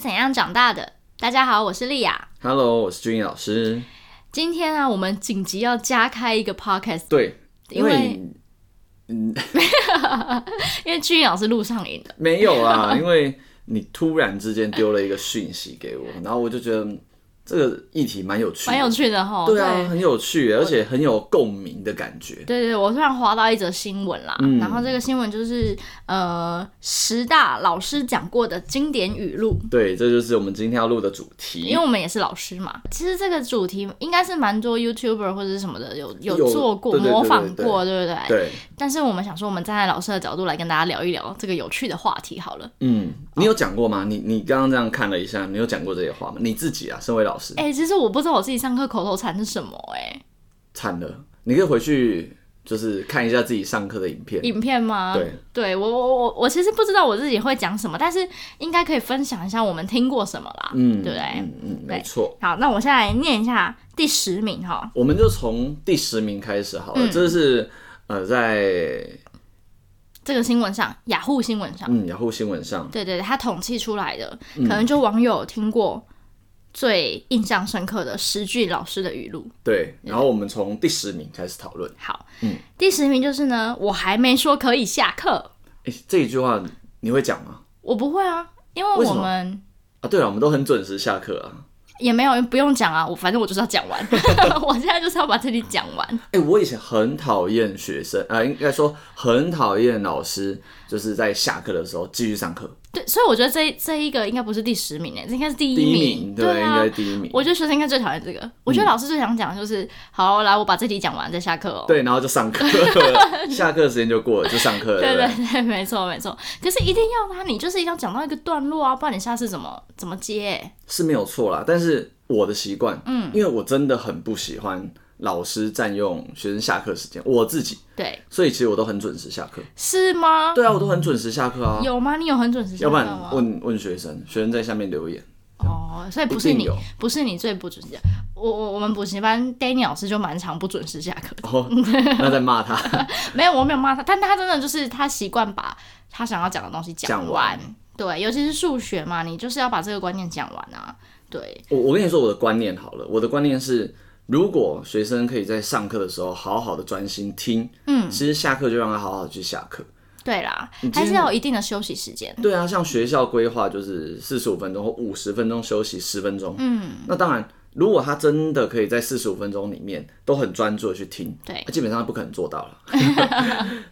怎样长大的？大家好，我是丽雅。 Hello，我是俊逸老师。今天啊，我们紧急要加开一个 podcast，对，因因为为因为俊颖老师录上瘾的。没有 啦，因为你突然之间丢了一个讯息给我，然后我就觉得嗯这个议题蛮有趣，蛮有，趣的哈，对啊，很有趣，而且很有共鸣的感觉。对对，我突然划到一则新闻啦，嗯然后这个新闻就是呃十大老师讲过的经典语录，对，这就是我们今天要录的主题因为。我们也是老师嘛。其实这个主题应该是蛮多 YouTuber 或者是什么的有有有做过对对对模仿对过，对不对？对，但是我们想说，我们站在老师的角度来跟大家聊一聊这个有趣的话题好了。嗯，你有讲过吗？你你刚刚这样看了一下，你有讲过这些话吗？你自己啊，身为老师，哎、其实我不知道我自己上课口头禅是什么、哎惨了，你可以回去就是看一下自己上课的影片哎，。影片吗？对，对我我我我其实不知道我自己会讲什么，但是应该可以分享一下我们听过什么啦。嗯，对不对嗯嗯，对没错。好，那我现在来念一下第十名哈，我们就从第十名开始好了，嗯这是呃在这个新闻上，雅虎新闻上，嗯雅嗯虎新闻上，对对对，他统计出来的，可能就网友听过最印象深刻的十句老师的语录。对，然后我们从第十名开始讨论。好，嗯第十名就是呢，我还没说可以下课，诶，这一句话你会讲吗？我不会啊，因为为我什么们啊，对了，我们都很准时下课啊。也没有不用讲啊，我反正我就是要讲 完， 我现在就是要把这里讲完。诶，我以前很讨厌学生，啊、应该说很讨厌老师，就是在下课的时候继续上课。对，所以我觉得这这一个应该不是第十名欸诶，这应该是第一第一名。名，对应该啊是，第一名。我觉得学生应该最讨厌这个。我觉得老师最想讲的就是，好，来我把这题讲完再下课哦。对，然后就上课 了，下课时间就过了，就上课了，对对不对？对 对，没错没错。可是一定要啦，你就是一定要讲到一个段落啊，不然你下次怎么怎么接？欸是没有错啦，但是我的习惯，嗯，因为我真的很不喜欢老师占用学生下课时间，我自己，对，所以其实我都很准时下课。是吗？对啊，我都很准时下课啊，有吗？你有很准时下要课不吗？然问 问学生，学生在下面留言，哦，所以不是一定你有，不是你最不准时。我我我们补习班 Danny 老师就蛮常不准时下课的，哦，那再骂他， 没有我没有骂他，但他真的就是他习惯把他想要讲的东西讲讲完对，尤其是数学嘛，你就是要把这个观念讲完啊。对，我我跟你说我的观念好了，我的观念是，如果学生可以在上课的时候好好的专心听，嗯，其实下课就让他好好去下课。对啦你，今还天是要有一定的休息时间。对啊，像学校规划就是四十五分钟或五十分钟休息十分钟。嗯，那当然，如果他真的可以在四十五分钟里面都很专注的去听，啊对基本上他不可能做到了。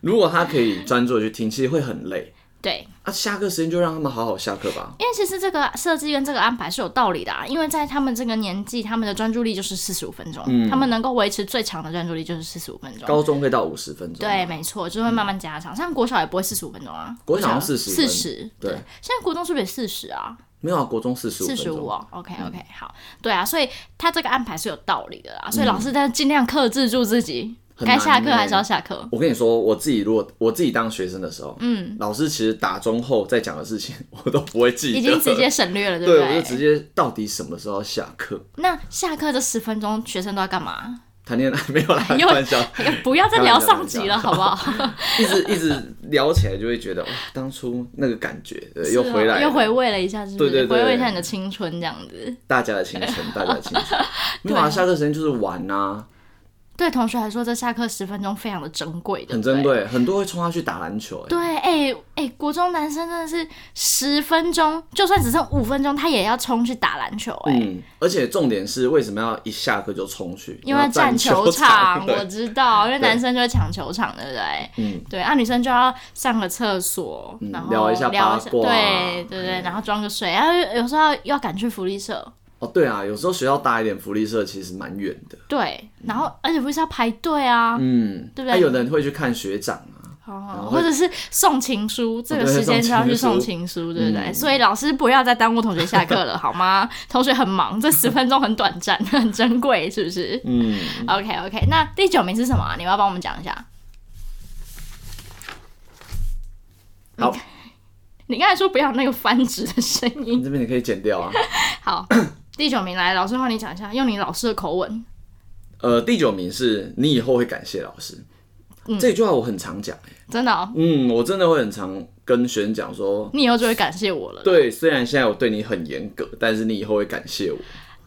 如果他可以专注的去听，其实会很累。对，啊，下课时间就让他们好好下课吧。因为其实这个设计跟这个安排是有道理的、啊，因为在他们这个年纪，他们的专注力就是四十五分钟，他们能够维持最长的专注力就是四十五分钟。嗯高中会到五十分钟，对，，没错，就会慢慢加长。像国小也不会四十五分钟啊，嗯国小要好像40四十。对，现在国中是不是也四十啊？没有啊，国中四十五四分十五钟。嗯哦，OK OK，、好，对啊，所以他这个安排是有道理的啊啦，所以老师但尽量克制住自己，嗯很该下难课欸还是要下课。我跟你说，我自己如果我自己当学生的时候，嗯，老师其实打钟后再讲的事情， 我都不会记得，已经直接省略了，对不对，我就直接到底什么时候要下课？那下课这十分钟，学生都要干嘛？谈恋爱 没有 啦，开又玩笑，哎不要再开玩聊笑上开玩集笑了，好不好？一直一直聊起来就会觉得，哇，哦当初那个感觉，对，是又哦回来了，又回味了一下，是不是？对对对回味一下你的青春这样子。大家的 青春，大家的青春。没有啊，下课时间就是玩啊，对同学来说，这下课十分钟非常的珍贵，对很不对珍。贵，很多会冲下去打篮球、欸，对，哎、哎、国中男生真的是十分钟，就算只剩五分钟，他也要冲去打篮球、哎、嗯，而且重点是为什么要一下课就冲去？因为占球球场，我对，知道，因为男生就会抢球场，对不对？嗯，对，啊，女生就要上个厕所，然后聊一下八卦啊嗯对对对，然后装个水，然后有时候要赶去福利社，哦，对啊，有时候学校大一点，福利社其实蛮远的，对，然后而且不是要排队啊，嗯，对不那、对有的人会去看学长啊，哦，或者是送情书，这个对时间就要去送送情书，对不对？所以老师不要再耽误同学下课了，好吗？同学很忙，这十分钟很短暂， 很珍贵，是不是、嗯， o k OK，那第九名是什么啊、你要不要帮我们讲一下？好，你刚才说不要有那个翻纸的声音。你这边你可以剪掉啊。好，第九名来，老师换你讲一下，用你老师的口吻。呃，第九名是你嗯以后会感谢老师，这句话我很常讲、欸真的、哦，嗯，我真的会很常跟学生讲说，你以后就会感谢我了。对，虽然现在我对你很严格，但是你以后会感谢我。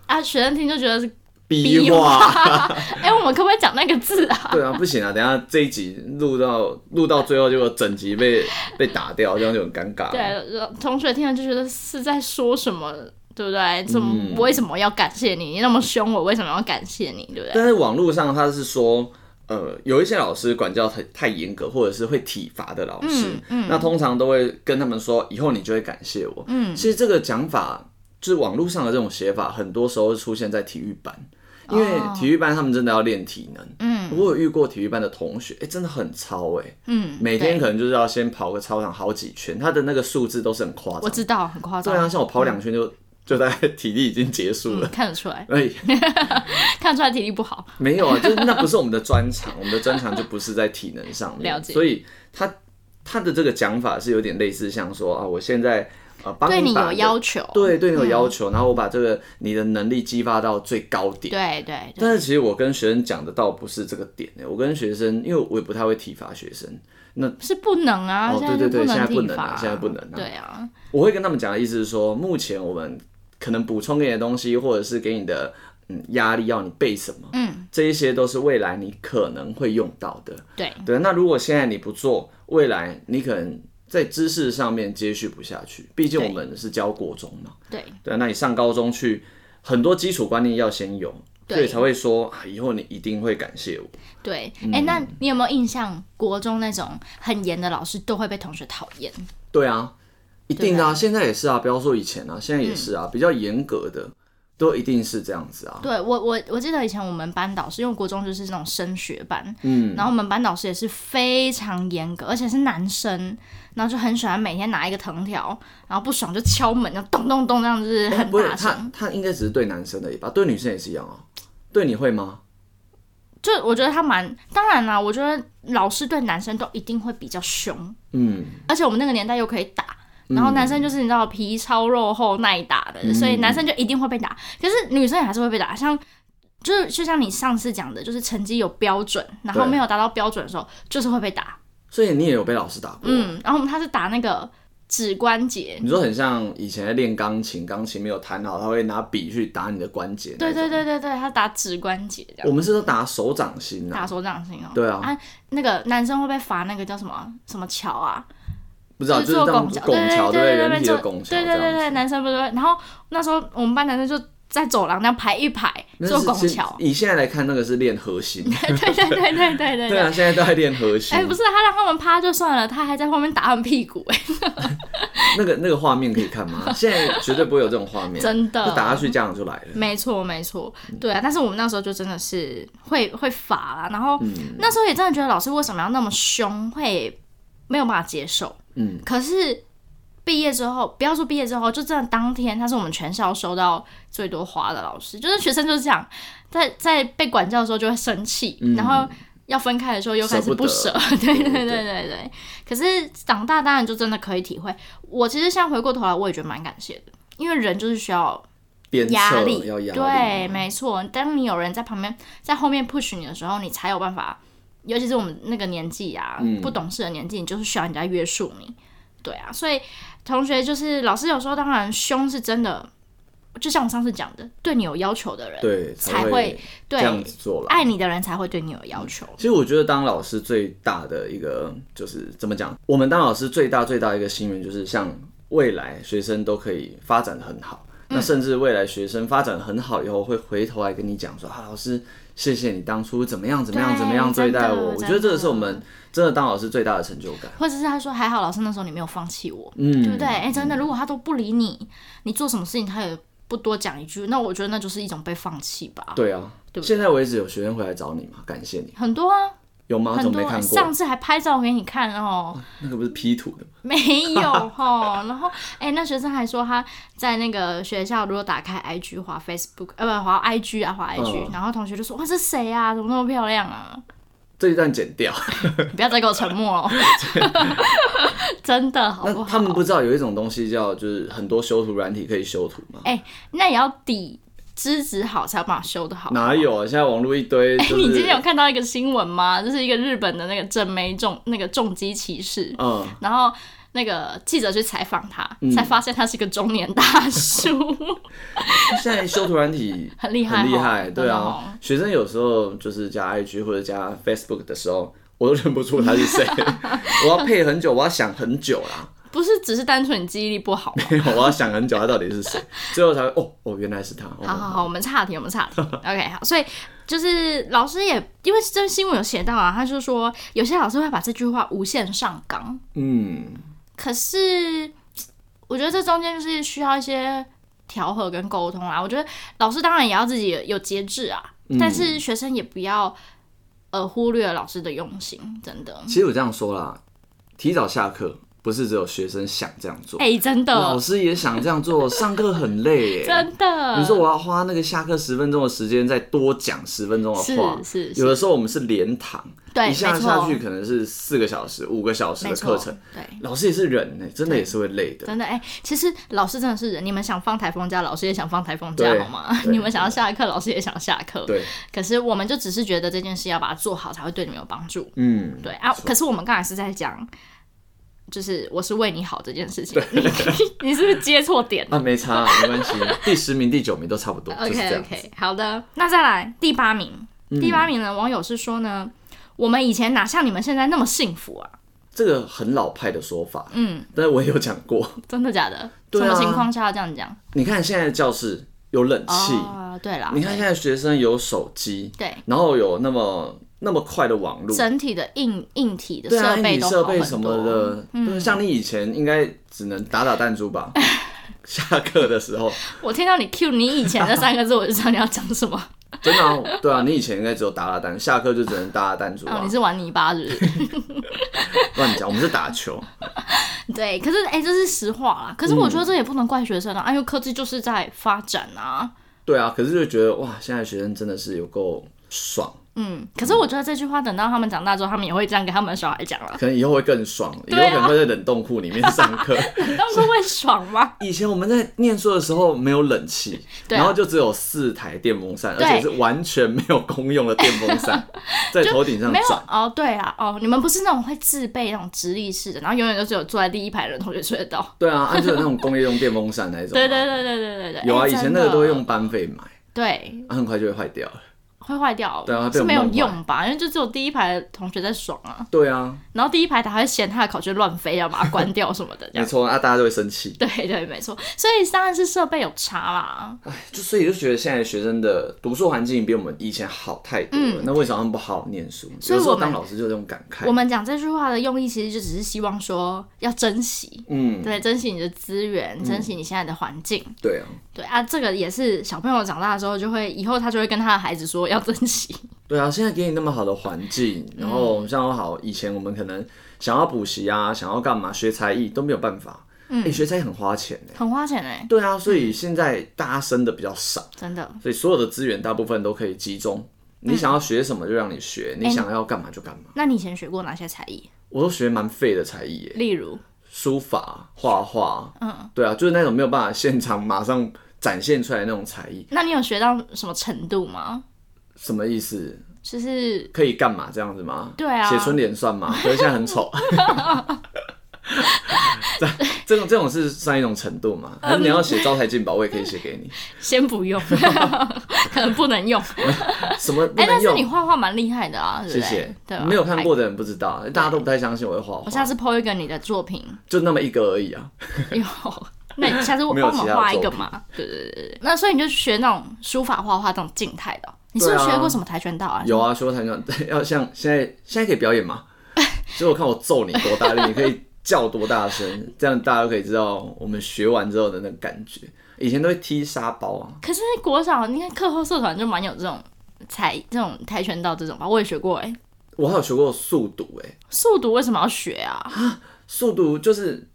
啊，学生听就觉得是逼话话，。 哎、我们可不可以讲那个字啊？对啊，不行啊，等一下这一集录到录到最后，结果整集被被打掉，这样就很尴尬。对，呃同学听了就觉得是在说什么，对不嗯对？怎么、我为什么要感谢你？你那么凶我，为什么要感谢你？对不对？但是网络上他是说，呃，有一些老师管教太太严格，或者是会体罚的老师，嗯那通常都会跟他们说，以后你就会感谢我。嗯，其实这个讲法，就是网络上的这种写法，很多时候出现在体育班。因为哦体育班他们真的要练体能，嗯，我有遇过体育班的同学，哎、真的很超哎、嗯，每对天可能就是要先跑个操场好几圈，他的那个数字都是很夸我张，知道很夸张对，啊，像我跑两圈就、就大概 体力已经结束嗯了，看得出来， 哎、看得出来体力不好。没有啊，就是那不是我们的专长， 我们的专长就不是在体能上了面，解所以他他的这个讲法是有点类似像说啊，我现在呃帮对你你把有要求，嗯对对你有要求，然后我把这个你的能力激发到最高点。对对对，但是其实我跟学生讲的倒不是这个点、欸，我跟学生，因为我也不太会体罚学生，是不能啊，哦现在就对对对现在能不体能罚啊啊，现在不能啊对啊，我会跟他们讲的意思是说，目前我们可能补充给你的东西，或者是给你的嗯压力，要你背什么，嗯，这一些都是未来你可能会用到的。对，对，那如果现在你不做，未来你可能在知识上面接续不下去，毕竟对我们是教国中嘛。对，对啊，那你上高中去，很多基础观念要先有，对所以才会说啊以后你一定会感谢我。对，嗯哎、那你有没有印象，国中那种很严的老师都会被同学讨厌？对啊，一定啊，现在也是啊，不要说以前啊，现在也是嗯啊，比较严格的都一定是这样子啊。对我，我我记得以前我们班导师，因为国中就是那种升学班，嗯，然后我们班导师也是非常严格，而且是男生，然后就很喜欢每天拿一个藤条，然后不爽就敲门，就咚咚咚这样子很哦不是大声。他，他应该只是对男生而已吧？对女生也是一样啊。对，你会吗？就我觉得他蛮，当然啦，我觉得老师对男生都一定会比较凶，嗯，而且我们那个年代又可以打。然后男生就是你知道皮糙肉厚耐打的，嗯所以男生就一定会被打。可是女生也还是会被打，像就是就像你上次讲的，就是成绩有标准，然后对没有达到标准的时候，就是会被打。所以你也有被老师打过。嗯，然后我们他是打那个指关节，你说很像以前在练钢琴，钢琴没有弹好，他会拿笔去打你的关节。对对，对对对，他打指关节这样，我们是都打手掌心打啊，手掌心哦。哦对啊啊，那个男生会被罚那个叫什么什么桥啊？不知道就就是做是这样拱子桥拱桥，对对对对对不人体做的拱桥对这对样对子。对，男生不是会，然后那时候我们班男生就在走廊那样排一排那做是拱其实 桥，以现在来看，那个是练核心。 对对对对对对对对啊，现在都在练核心哎、。不是，他让他们趴就算了，他还在后面打他们屁股、哎，那个那个画面可以 看吗？现在绝对不会有这种画面，真的就打下去家长就来了。没错没错，对啊。但是我们那时候就真的是会会罚啦，然嗯后、那时候也真的觉得老师为什么要那么凶，会没有办法接受。嗯，可是毕业之后，不要说毕业之后，就真的当天他是我们全校收到最多花的老师，就是学生就是这样，在在被管教的时候就会生气，然后。要分开的时候又开始不舍嗯舍， 对对对对对对对。可是长大当然就真的可以体会，我其实现在回过头来，我也觉得蛮感谢的，因为人就是需要鞭压策力，要压力，对，没错。当你有人在旁边在后面 push 你的时候，你才有办法，尤其是我们那个年纪啊，嗯不懂事的年纪，你就是需要人家约束你。对啊，所以同学就是老师有时候当然凶是真的，就像我上次讲的，对你有要求的人，对，才会会这样对子做了。爱你的人才会对你有要求。其实我觉得当老师最大的一个就是怎么讲，我们当老师最大最大一个心愿就是像未来学生都可以发展的很好。嗯那甚至未来学生发展得很好以后，会回头来跟你讲说啊，老师，谢谢你当初怎么样怎么样对怎么样对待真的我。我觉得这个是我们真的当老师最大的成就感。或者是他说还好老师那时候你没有放弃我，对不嗯，对？哎、真的，如果他都不理你，你做什么事情他也不多讲一句，那我觉得那就是一种被放弃吧。对啊。现在为止有学生回来找你吗？感谢你，很多啊，有吗？很怎么没多，看过？上次还拍照给你看 哦，那个不是 P 图的吗？没有吼。然后，哎、那学生还说他在那个学校如果打开 IG 滑 Facebook，呃，不滑 IG 啊，滑 IG，、嗯然后同学就说哇，这谁啊？怎么那么漂亮 啊？这一段剪掉。你不要再给我沉默 了，真的好不那哦好？他们不知道有一种东西叫就是很多修图软体可以修图吗？那也要底资质好才有办法修的好。哪有啊？现在网络一堆哎、就 是，你今天有看到一个 新闻吗？就是一个日本的那个正妹重那个重击骑士，嗯，然后那个记者去采访他，才发现他是个中年大叔， 现在修图软体很厉害很厉吼害，真对的哦啊吼。学生有时候就是加 IG 或者加 Facebook 的时候，我都认不出他是 谁，我要配很久，我要想很久啦， 不是只是单纯记忆力不好吗。我要想很久他到底是谁，最后才会哦哦原来是他。好好哦，好，我们岔题，我们岔题。OK，好，所以就是老师也因为这新闻有写到啊，他就说有些老师会把这句话无限上纲，嗯，可是我觉得这中间就是需要一些调和跟沟通啦。我觉得老师当然也要自己有节制啊，嗯但是学生也不要呃忽略老师的用心，真的。其实我这样说啦，提早下课不是只有学生想这样做，哎、真老的，师也想这样做，上课很累 耶。真的。你说我要花那个下课十分钟的时间再多讲十分钟的话，是是有的是，时候我们是连堂，对，一没下错，下去可能是四个小时、五个小时没的错课程，，对。老师也是人呢、真的也是会累的。真的哎、其实老师真的是人，你们想放台风假，老师也想放台风假对，好吗？ 对你们想要下课，老师也想下课。对，可是我们就只是觉得这件事要把它做好，才会对你们有帮助。嗯，对啊，可是我们刚才是在讲，就是我是为你好这件事情，你 你是不是接错点了啊，没差、没关 系，第十名、第九名都差不多，就是这？OK 样。嗯 OK，好的，那再来第八名，第八名呢，网友是说呢，我们以前哪像你们现在那么幸福啊？这个很老派的说法，嗯，但是我也有讲过。真的假的？对啊什么情况下要这样讲？你看现在的教室有冷气，哦，对啦，你看现在学生有手机，对。然后有那么那么快的网络，整体的硬硬体的对啊，设硬备体都设好很多。备嗯什么的，就是像你以前应该只能打打弹 珠吧。下课的时候，我听到你 Q 你以前这三个字，我就知道你要讲什 么。真的、啊，对啊，你以前应该只有打打弹，下课就只能打打弹珠哦，啊你，是玩泥巴是不是？乱讲。我们是打球， 对，可是哎、这是实话啦。可是我觉得这也不能怪学生啊，哎呦，科技就是在发展啊。对啊，可是就觉得哇，现在学生真的是有够爽，嗯，可是我觉得这句话等到他们长大之后，他们也会这样跟他们的小孩讲啊 了。可能以后会更爽，以后对啊可能会在冷冻库里面上课。 他们会爽吗？以前我们在念书的时候没有冷气，对啊然后就只有四台电风扇，而对且是完全没有公用的电风 扇，在头顶上没有转。哦，对啊，哦，你们不是那种会自备那种直立式的，然后永远都只有坐在第一排的人同学吹得到。对啊，按照那种工业用电风扇那一种。对对对对对对对，有啊，哎以前那个都会，用班费买，真的对，啊很快就会坏掉了。会坏掉，对啊被是我没有弄坏用吧？因为就只有第一排的同学在爽啊，对啊，然后第一排他还会嫌他的考卷乱飞，要把它关掉什么的， 这没样。错啊，大家都会生气。对对，没错，所以当然是设备有差啦。哎，就所以就觉得现在学生的读书环境比我们以前好太多了。那为什么他们不好好念书？嗯所以有时我候们当老师就这种感慨我。们讲这句话的用意，其实就只是希望说要珍惜，嗯，对，珍惜你的资源，珍惜你现在的环境，对啊，对啊，这个也是小朋友长大的时候就会，以后他就会跟他的孩子说要珍 惜，对啊，现在给你那么好的环境，嗯然后像好以前我们可能想要补习啊，想要干嘛学才艺都没有办法。嗯，学才艺很花钱呢。很花钱哎、对啊，所以现在大家生的比较少，真的。所以所有的资源大部分都可以集中。嗯你想要学什么就让你学，你想要干嘛就干嘛。那你以前学过哪些才艺？我都学蛮废的才艺耶，例如，书法、画画，嗯，对啊，就是那种没有办法现场马上展现出来的那种才艺，那你有学到什么程度吗？什么意思？就是可以干嘛这样子吗？对啊写春联算吗？可是现在很丑。 这这种这种是算一种程度嘛？嗯还是你要写招财进宝，我也可以写给你。先不 用，可能不能用。什么不哎、但能是你用？画画蛮厉害的啊，对不谢对？谢对吧，哎没有看。过的人不知道，大家都不太相信我会画我下画，次 PO 一个你的作品，就那么一个而已啊。有。那你下次我没有帮其我他的们画一个嘛？对对对对。那所以你就学那种书法、画画这种静态的哦、你是不是对啊学过什么跆拳道啊？有啊，说弹唱 要像现在现在可以表演吗？ 所以我看我揍你多大力，你可以叫多大声，这样大家都可以知道我们学完之后的那个感觉。以前都会踢沙包啊，可是国小你看课后社团就蛮有这种才这种跆拳道这种吧，我也学过哎、我还有学过速读、欸，速读为什么要学啊？速读就是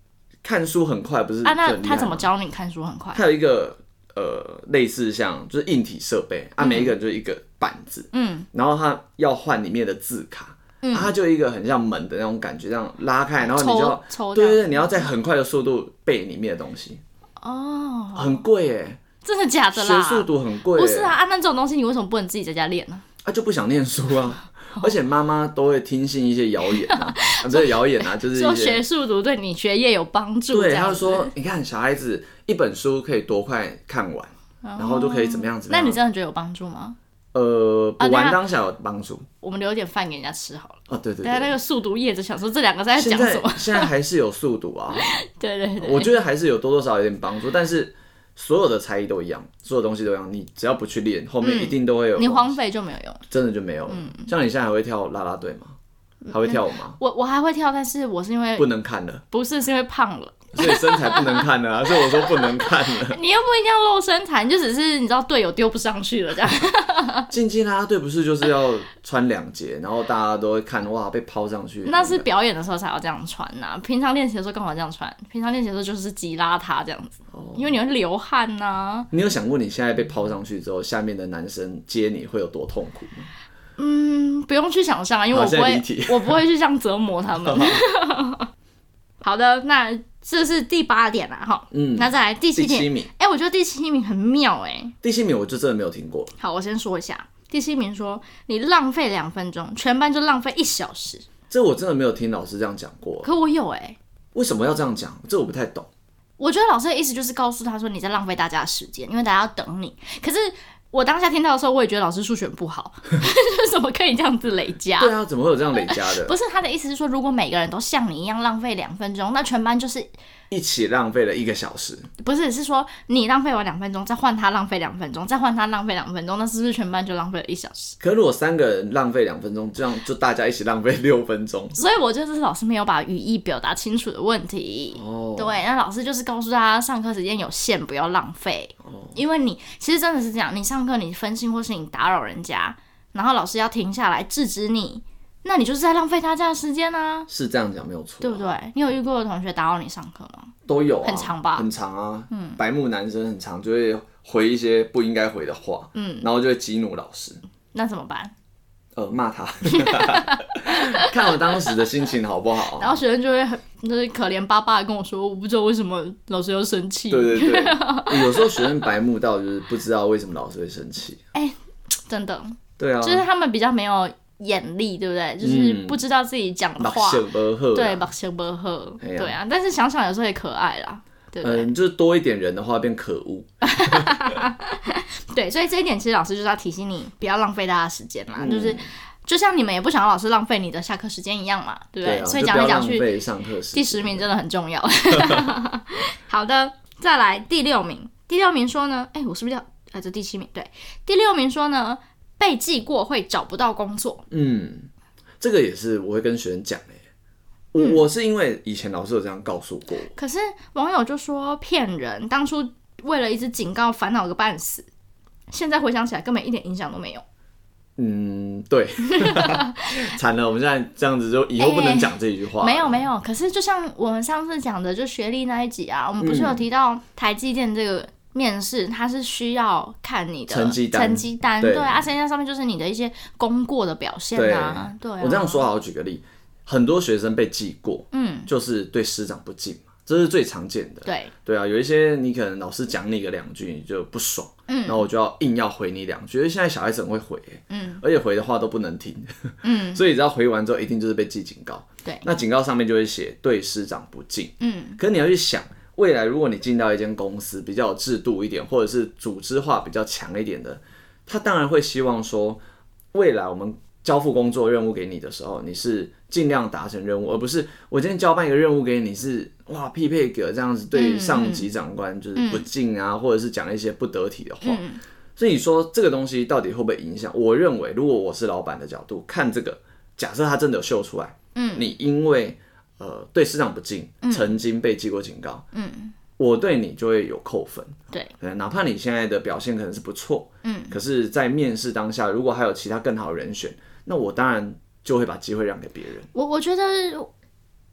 看书很快，不是啊，那很厉他害吗怎么？教你看书很快？它有一个呃，类似像就是硬体设备，啊，每一个人就一个板子，嗯，然后他要换里面的字卡，嗯，它就一个很像门的那种感觉，这样拉开，然后你就要抽抽对掉对对，你要在很快的速度背里面的东西，哦，很贵哎，真的假的学啦？速读很贵，不是啊，，啊，那这种东西你为什么不能自己在家练呢？ 啊就不想念书啊，而且妈妈都会听信一些谣言啊，啊这是谣言啊，就是一说些学术读对你学业有帮助，对，这他样就子说，你看小孩子一本书可以多快看完，然后就可以怎么样子。哦那你真的觉得有帮助吗？呃，啊补完那当下有帮助我们留点饭给人家吃好了。啊，对对大家那对。个速读叶子想说这两个在现讲在什么？现在还是有速读啊，对对对，我觉得还是有多多少少有点帮助，但是所有的才艺都一样，所有东西都一样，你只要不去练，后面一定都会有。嗯你荒废就没有用。真的就没有了。嗯像你现在还会跳啦啦队吗？还会跳舞吗？我我还会跳，但是我是因为不能看了，不是是因为胖了， 所以身材不能看了啊，所以我说不能看了。你又不一定要露身材，你就只是你知道队友丢不上去了这 样。竞技啦啦队不是就是要穿两节，然后大家都会看哇被抛上去。那是表演的时候才要这样穿呐、平常练习的时候干嘛这样穿？平常练习的时候就是挤邋遢这样子，哦因为你会流汗啊呐、你有想过你现在被抛上去之后，下面的男生接你会有多痛苦吗？嗯，不用去想象啊，因为我好不现在会离题，我不会去这样折磨他 们。好的，那这是第八点啦，哈，嗯那再来第七第点七，名，哎、我觉得第七名很妙哎、第七名我就真的没有听过。好，我先说一下，第七名说你浪费两分钟，全班就浪费一小时，这我真的没有听老师这样讲过，可我有哎、为什么要这样讲？这我不太懂。我觉得老师的意思就是告诉他说你在浪费大家的时间，因为大家要等你。可是我当下听到的时候，我也觉得老师数学不 好，就是怎么可以这样子累加？对啊，怎么会有这样累加的？不是他的意思是说，如果每个人都像你一样浪费两分钟，那全班就是一起浪费了一个小时，不是是说你浪费完两分钟，再换他浪费两分钟，再换他浪费两分钟，那是不是全班就浪费了一小时？可如果三个人浪费两分钟，这样就大家一起浪费六分钟。所以我觉得这是老师没有把语义表达清楚的问题。哦，对，那老师就是告诉大家上课时间有限，不要浪费。哦因为你其实真的是这样，你上课你分心或是你打扰人家，然后老师要停下来制止你，那你就是在浪费大家的时间啊，是这样讲没有错，对不对？你有遇过有同学打扰你上课吗？都有、啊，很长吧很长啊。嗯，白目男生很长，就会回一些不应该回的话，嗯，然后就会激怒老师，那怎么办？呃，骂他。 看我当时的心情好不好、然啊？后学生就会很就是可怜巴巴的跟我说，我不知道为什么老师要生气。对对对，有时候学生白目到就是不知道为什么老师会生气。真的，对啊，就是他们比较没有眼力，对不对？就是嗯不知道自己讲的把话，小而喝。对，把先不喝，哎呀对啊。但是想想有时候也可爱啦，对不对？嗯，就是多一点人的话变可恶。对，所以这一点其实老师就是要提醒你，不要浪费大家时间啦，嗯就是就像你们也不想要老师浪费你的下课时间一样嘛，对不啊，所以就讲不来要讲浪去，费上课时第间。十名真的很重 要。好的，再来第六名，第六名说呢，哎、我是不是叫啊？这第七名对，第六名说呢，被记过会找不到工作，嗯，这个也是我会跟学生讲诶、我、嗯我是因为以前老师有这样告诉过我，可是网友就说骗人，当初为了一只警告烦恼个半死，现在回想起来根本一点影响都没有。嗯， 对，惨了，我们现在这样子就以后不能讲这一句话、没有没有，可是就像我们上次讲的，就学历那一集啊，我们不是有提到台积电这个面试，它是需要看你的成绩单成绩单对对啊，成绩单上面就是你的一些功过的表现啊，对啊我这样说好，我举个例，很多学生被记过，嗯，就是对师长不敬嘛，这是最常见的。对，对啊，有一些你可能老师讲你个两句你就不爽，嗯，然后我就要硬要回你两句，因哎为现在小孩子很会回、嗯，而且回的话都不能听，嗯， 所以只要回完之后一定就是被记警告，对那警告上面就会写对师长不敬，嗯，可是你要去想。未来如果你进到一间公司比较有制度一点，或者是组织化比较强一点的，他当然会希望说，未来我们交付工作任务给你的时候，你是尽量达成任务，而不是我今天交办一个任务给你是哇匹配给这样子对上级长官就是不敬啊，或者是讲一些不得体的话。所以你说这个东西到底会不会影响？我认为，如果我是老板的角度看这个，假设他真的有秀出来，嗯，你因为呃对市场不敬，嗯曾经被记过警告，嗯，我对你就会有扣分，对对，哪怕你现在的表现可能是不错，嗯，可是，在面试当下，如果还有其他更好的人选，那我当然就会把机会让给别人。我我觉得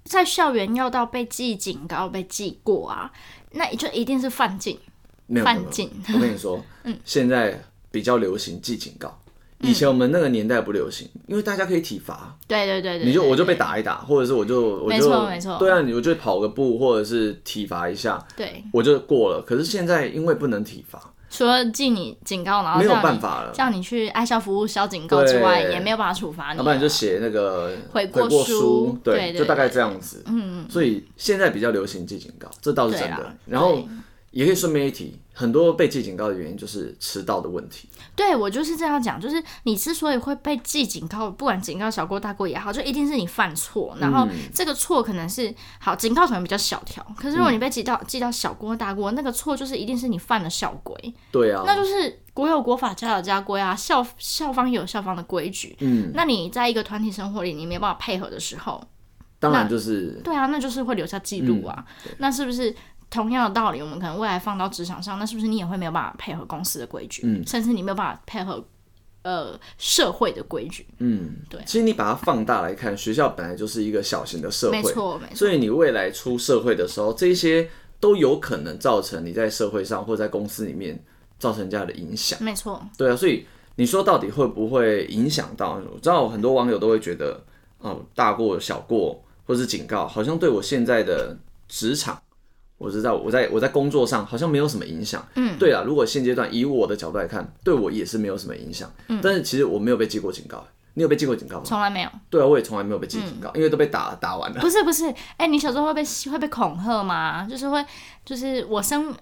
在校园要到被记警告、被记过啊，那就一定是犯禁。没有，没有犯嗯禁。没有我跟 你说，现在比较流行记警告，以嗯前我们那个年代不流行，因为大家可以体罚，对对对对，你就对我就被。打一打，或者是我就我没就错没错对啊，你我就跑个步或者是体罚一下，对，我就过了。可是现在因为不能体罚，除了记你警告，然后没有叫办你法了，叫你去爱校服务消警告之外，对也没有办法处罚你了。啊啊要不然你就写那个悔过过书书，对对就大概这样子。嗯，所以现在比较流行记警告，这倒是真对的啦。然后也可以顺便一提，很多被记警告的原因就是迟到的问题。对我就是这样讲，就是你之所以会被记警告，不管警告小过大过也好，就一定是你犯错，然嗯后这个错可能是好警告可能比较小条，可是如果你被记嗯到、记到小过大过，那个错就是一定是你犯了校规，对啊，那就是国有国法，家有家规啊，校校方也有校方的规矩。嗯，那你在一个团体生活里，你没有办法配合的时候，当然就是对啊，那就是会留下记录嗯啊。那是不是同样的道理，我们可能未来放到职场上，那是不是你也会没有办法配合公司的规矩，嗯甚至你没有办法配合呃社会的规矩？嗯，对其实你把它放大来看，学校本来就是一个小型的社没会，错，没错，所以你未来出社会的时候，这些都有可能造成你在社会上或在公司里面造成人家的影响。没错，对啊，所以你说到底会不会影响到？我知道很多网友都会觉得，哦、大过小过或是警告，好像对我现在的职场，我知道我在我在工作上好像没有什么影响。嗯，对啊，如果现阶段以我的角度来看，对我也是没有什么影响。嗯，但是其实我没有被记过警告，欸你有被记过警告吗？从来没有。对啊，我也从来没有被记嗯警告，因为都被打打完了。不是不是，哎、你小时候会被会被恐吓吗？就是会，就是我升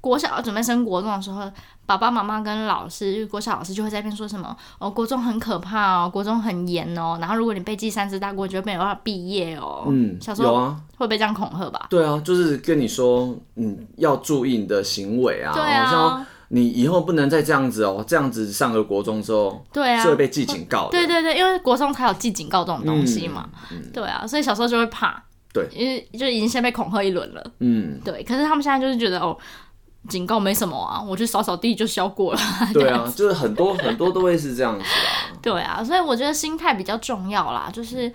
国小准备升国中的时候，爸爸妈妈跟老师，国小老师就会在那边说什么哦，国中很可怕哦，国中很严哦，然后如果你被记三次大过，你就没有办法毕业哦。嗯小，时有候啊，会被这样恐吓吧？对啊，就是跟你说，嗯，要注意你的行为啊，对好像啊，你以后不能再这样子哦，这样子上了国中之后对啊是，会被记警告的。对对对，因为国中才有记警告这种东西嘛，对啊，所以小时候就会怕，嗯对因为就已经先被恐吓一轮了。 嗯，对，可是他们现在就是觉得哦，警告没什么啊，我去扫扫地就消过了。 对啊，就是很多很多都会是这样子啦。对啊，所以我觉得心态比较重要啦，就是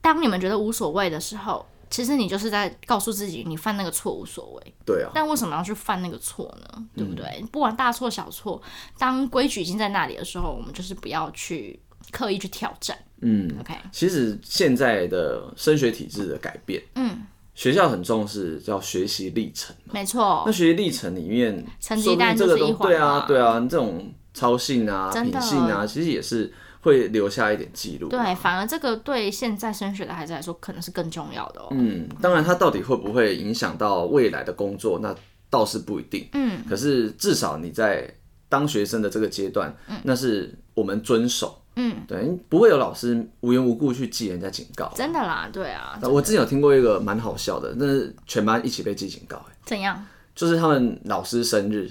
当你们觉得无所谓的时候，其实你就是在告诉自己，你犯那个错无所谓。对啊，但为什么要去犯那个错呢？对不对？嗯不管大错小错，当规矩已经在那里的时候，我们就是不要去刻意去挑战。嗯， OK，其实现在的升学体制的改变，嗯，学校很重视叫学习历程。没错那，学习历程里面，成绩说不定单这个就是一东环对啊嘛，对啊，你这种操性啊、真的品性啊，其实也是会留下一点记录。对，反而这个对现在升学的孩子来说，可能是更重要的哦。嗯，当然，它到底会不会影响到未来的工作，那倒是不一定。嗯，可是至少你在当学生的这个阶段，那是我们遵守。嗯，对，不会有老师无缘无故去记人家警告。真的啦，对啊，我之前有听过一个蛮好笑的，那是全班一起被记警告，欸怎样？就是他们老师生日，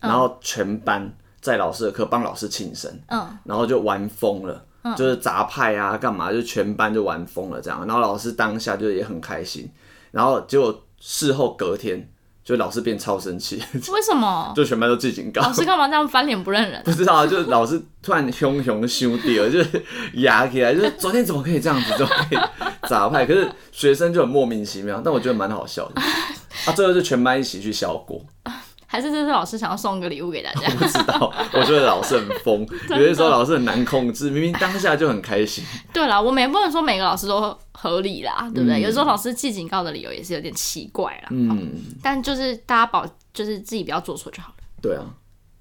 然后全班在老师的课帮老师庆生， 嗯，然后就玩疯了。就是砸派啊，干嘛？就全班就玩疯了这样。然后老师当下就也很开心，然后结果事后隔天，就老师变超生气， 为什么？就全班都记警告。老师干嘛这样翻脸不认人？不知道啊，就是老师突然凶凶凶地了，就是牙起来，就是昨天怎么可以这样子，怎么可以砸派？可是学生就很莫名其妙，但我觉得蛮好笑的。啊，最后就全班一起去削锅，还是这是老师想要送个礼物给 大家？不知道。我觉得老师很疯，有些时候老师很难控制，明明当下就很开心。对啦，我们也不能说每个老师都合理啦，对不对？有时候老师记警告的理由也是有点奇怪啦，嗯，但就是大家保，就是自己不要做错就好了。对啊，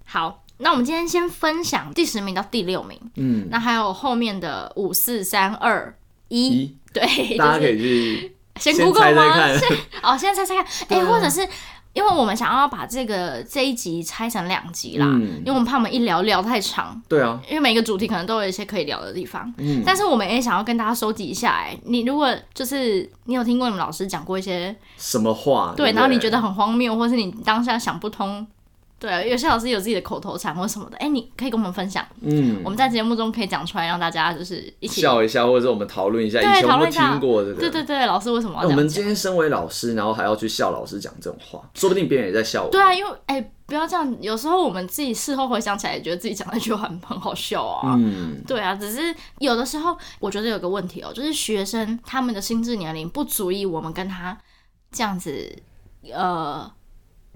好，那我们今天先分享第十名到第六名，嗯，那还有后面的五四三二一，一对，大就家可是以去先先 Google 猜猜吗？看啊先 哦，现在猜 猜看，哎、或者是因为我们想要把这个这一集拆成两集啦，嗯因为我们怕我们一聊聊太长，对啊，因为每个主题可能都有一些可以聊的地方，嗯但是我们也想要跟大家收集一下、哎，你如果就是你有听过你们老师讲过一些什么话？对，不然后你觉得很荒谬，或是你当下想不通，对，有些老师有自己的口头禅或什么的，哎、你可以跟我们分享，嗯，我们在节目中可以讲出来，让大家就是一起，笑一下，或者是我们讨论一下，以对前有讨没论有一下听过这个？对对对，老师为什么要那这我样们讲今天身为老师，然后还要去笑老师讲这种话，说不定别人也在笑我。对啊，因为哎、不要这样，有时候我们自己事后回想起来，也觉得自己讲那句话很很好笑啊。嗯，对啊，只是有的时候我觉得有个问题哦，就是学生他们的心智年龄不足以我们跟他这样子，呃，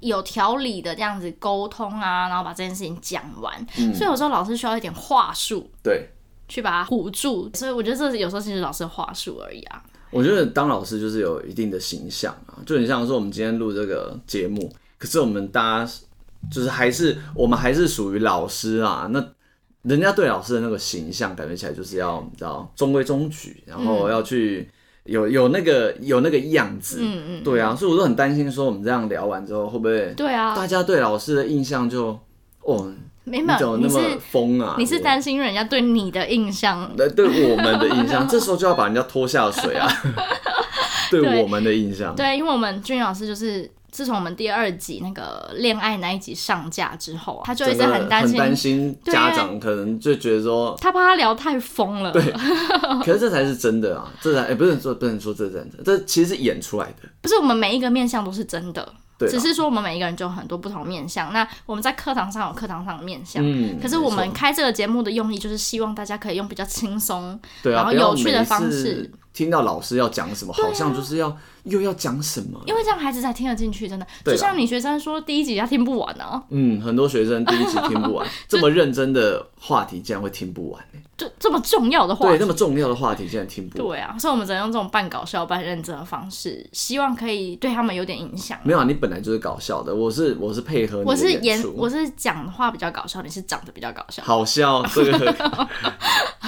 有条理的这样子沟通啊，然后把这件事情讲完。嗯所以有时候老师需要一点话术对，去把它唬住，所以我觉得这是有时候其实老师的话术而已啊。我觉得当老师就是有一定的形象啊，就很像说我们今天录这个节目，可是我们大家就是还是我们还是属于老师啊，那人家对老师的那个形象感觉起来就是要你知道中规中矩，然后要去有有那个有那个样子，嗯嗯，对啊，所以我都很担心说我们这样聊完之后会不会对啊大，家对老师的印象就哦，没你有怎么你那是么疯啊？你是对担心人家对你的印象，呃，对我们的 印象，这时候就要把人家拖下水啊。对对我们的印象，对，因为我们俊老师就是自从我们第二集那个恋爱那一集上架之后啊，他就一真直的很很担心，担心对家长可能就觉得说，他怕他聊太疯了，对，哦可是这才是真的啊，这才哎不是说不能说这是真的，这其实是演出来的。不是我们每一个面相都是真的，对啊只是说我们每一个人就有很多不同面相。那我们在课堂上有课堂上的面相。嗯，可是我没们错开这个节目的用意，就是希望大家可以用比较轻松，对啊，然后不要有趣的每方次式啊听到老师要讲什么，好像就是要又要讲什么。因为这样孩子才听得进去。真的，对就啦像你学生说第一集他听不完啊，嗯，很多学生第一集听 不完，这么认真的话题竟然会听不完，就这么重要的话对，题那么重要的话题竟然听不完。对啊，所以我们只能用这种半搞笑、半认真的方式，希望可以对他们有点影响。没有啊，你本来就是搞笑的，我是我是配合你我的是演演，出，我是讲话比较搞笑，你是长得比较搞笑。好笑，这个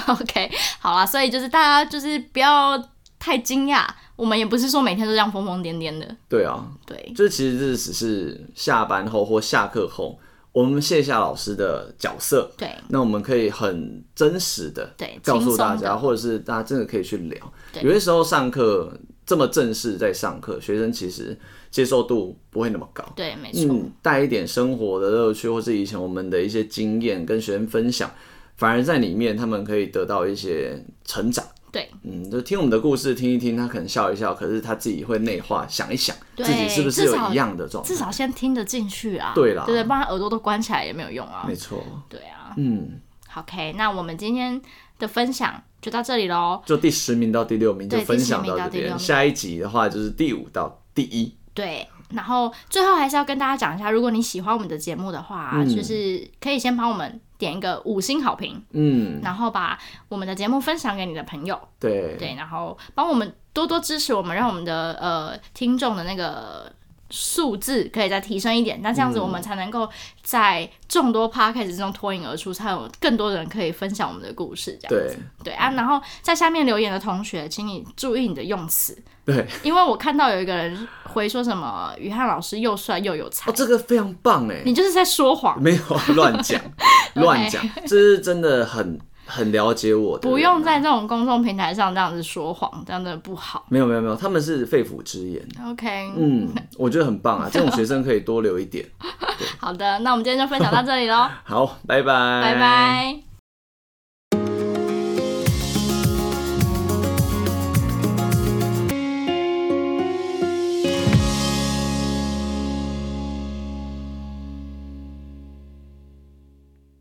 OK，好啦，所以就是大家就是不要太惊讶，我们也不是说每天都这样疯疯癫癫的，对啊，对，就是其实这只是下班后或下课后，我们卸下老师的角色，对，那我们可以很真实的对告轻诉大松家，地或者是大家真的可以去聊。对有些时候上课这么正式在上课，学生其实接受度不会那么高。对，没错，嗯，带一点生活的乐趣，或是以前我们的一些经验跟学生分享，反而在里面他们可以得到一些成长。对，嗯，就听我们的故事，听一听，他可能笑一笑，可是他自己会内化，想一想，对自己是不是有至少一样的状态至。少先听得进去啊，对啦对对，不然耳朵都关起来也没有用啊没，错，对啊嗯， ，OK，那我们今天的分享就到这里喽，就第十名到第六名就对分享第十名这到第六边，名下一集的话就是第五到第一。对。然后最后还是要跟大家讲一下，如果你喜欢我们的节目的话，嗯就是可以先帮我们点一个五星好评，嗯，然后把我们的节目分享给你的朋友。对，对，然后帮我们多多支持我们，让我们的呃听众的那个数字可以再提升一点。那这样子，嗯我们才能够在众多 podcast 之中脱颖而出，才有更多人可以分享我们的故事。这样对，对啊，然后在下面留言的同学，请你注意你的用词，对，因为我看到有一个人回说什么“于汉老师又帅又有才哦，”，这个非常棒哎，你就是在说谎， 没有乱讲，乱讲，这是真的很很了解我的人啊。不用在这种公众平台上这样子说谎，这样真的不好。没有没有没有，他们是肺腑之言。 OK，嗯，我觉得很棒啊，这种学生可以多留一点。好的，那我们今天就分享到这里喽， 好，拜拜，拜拜。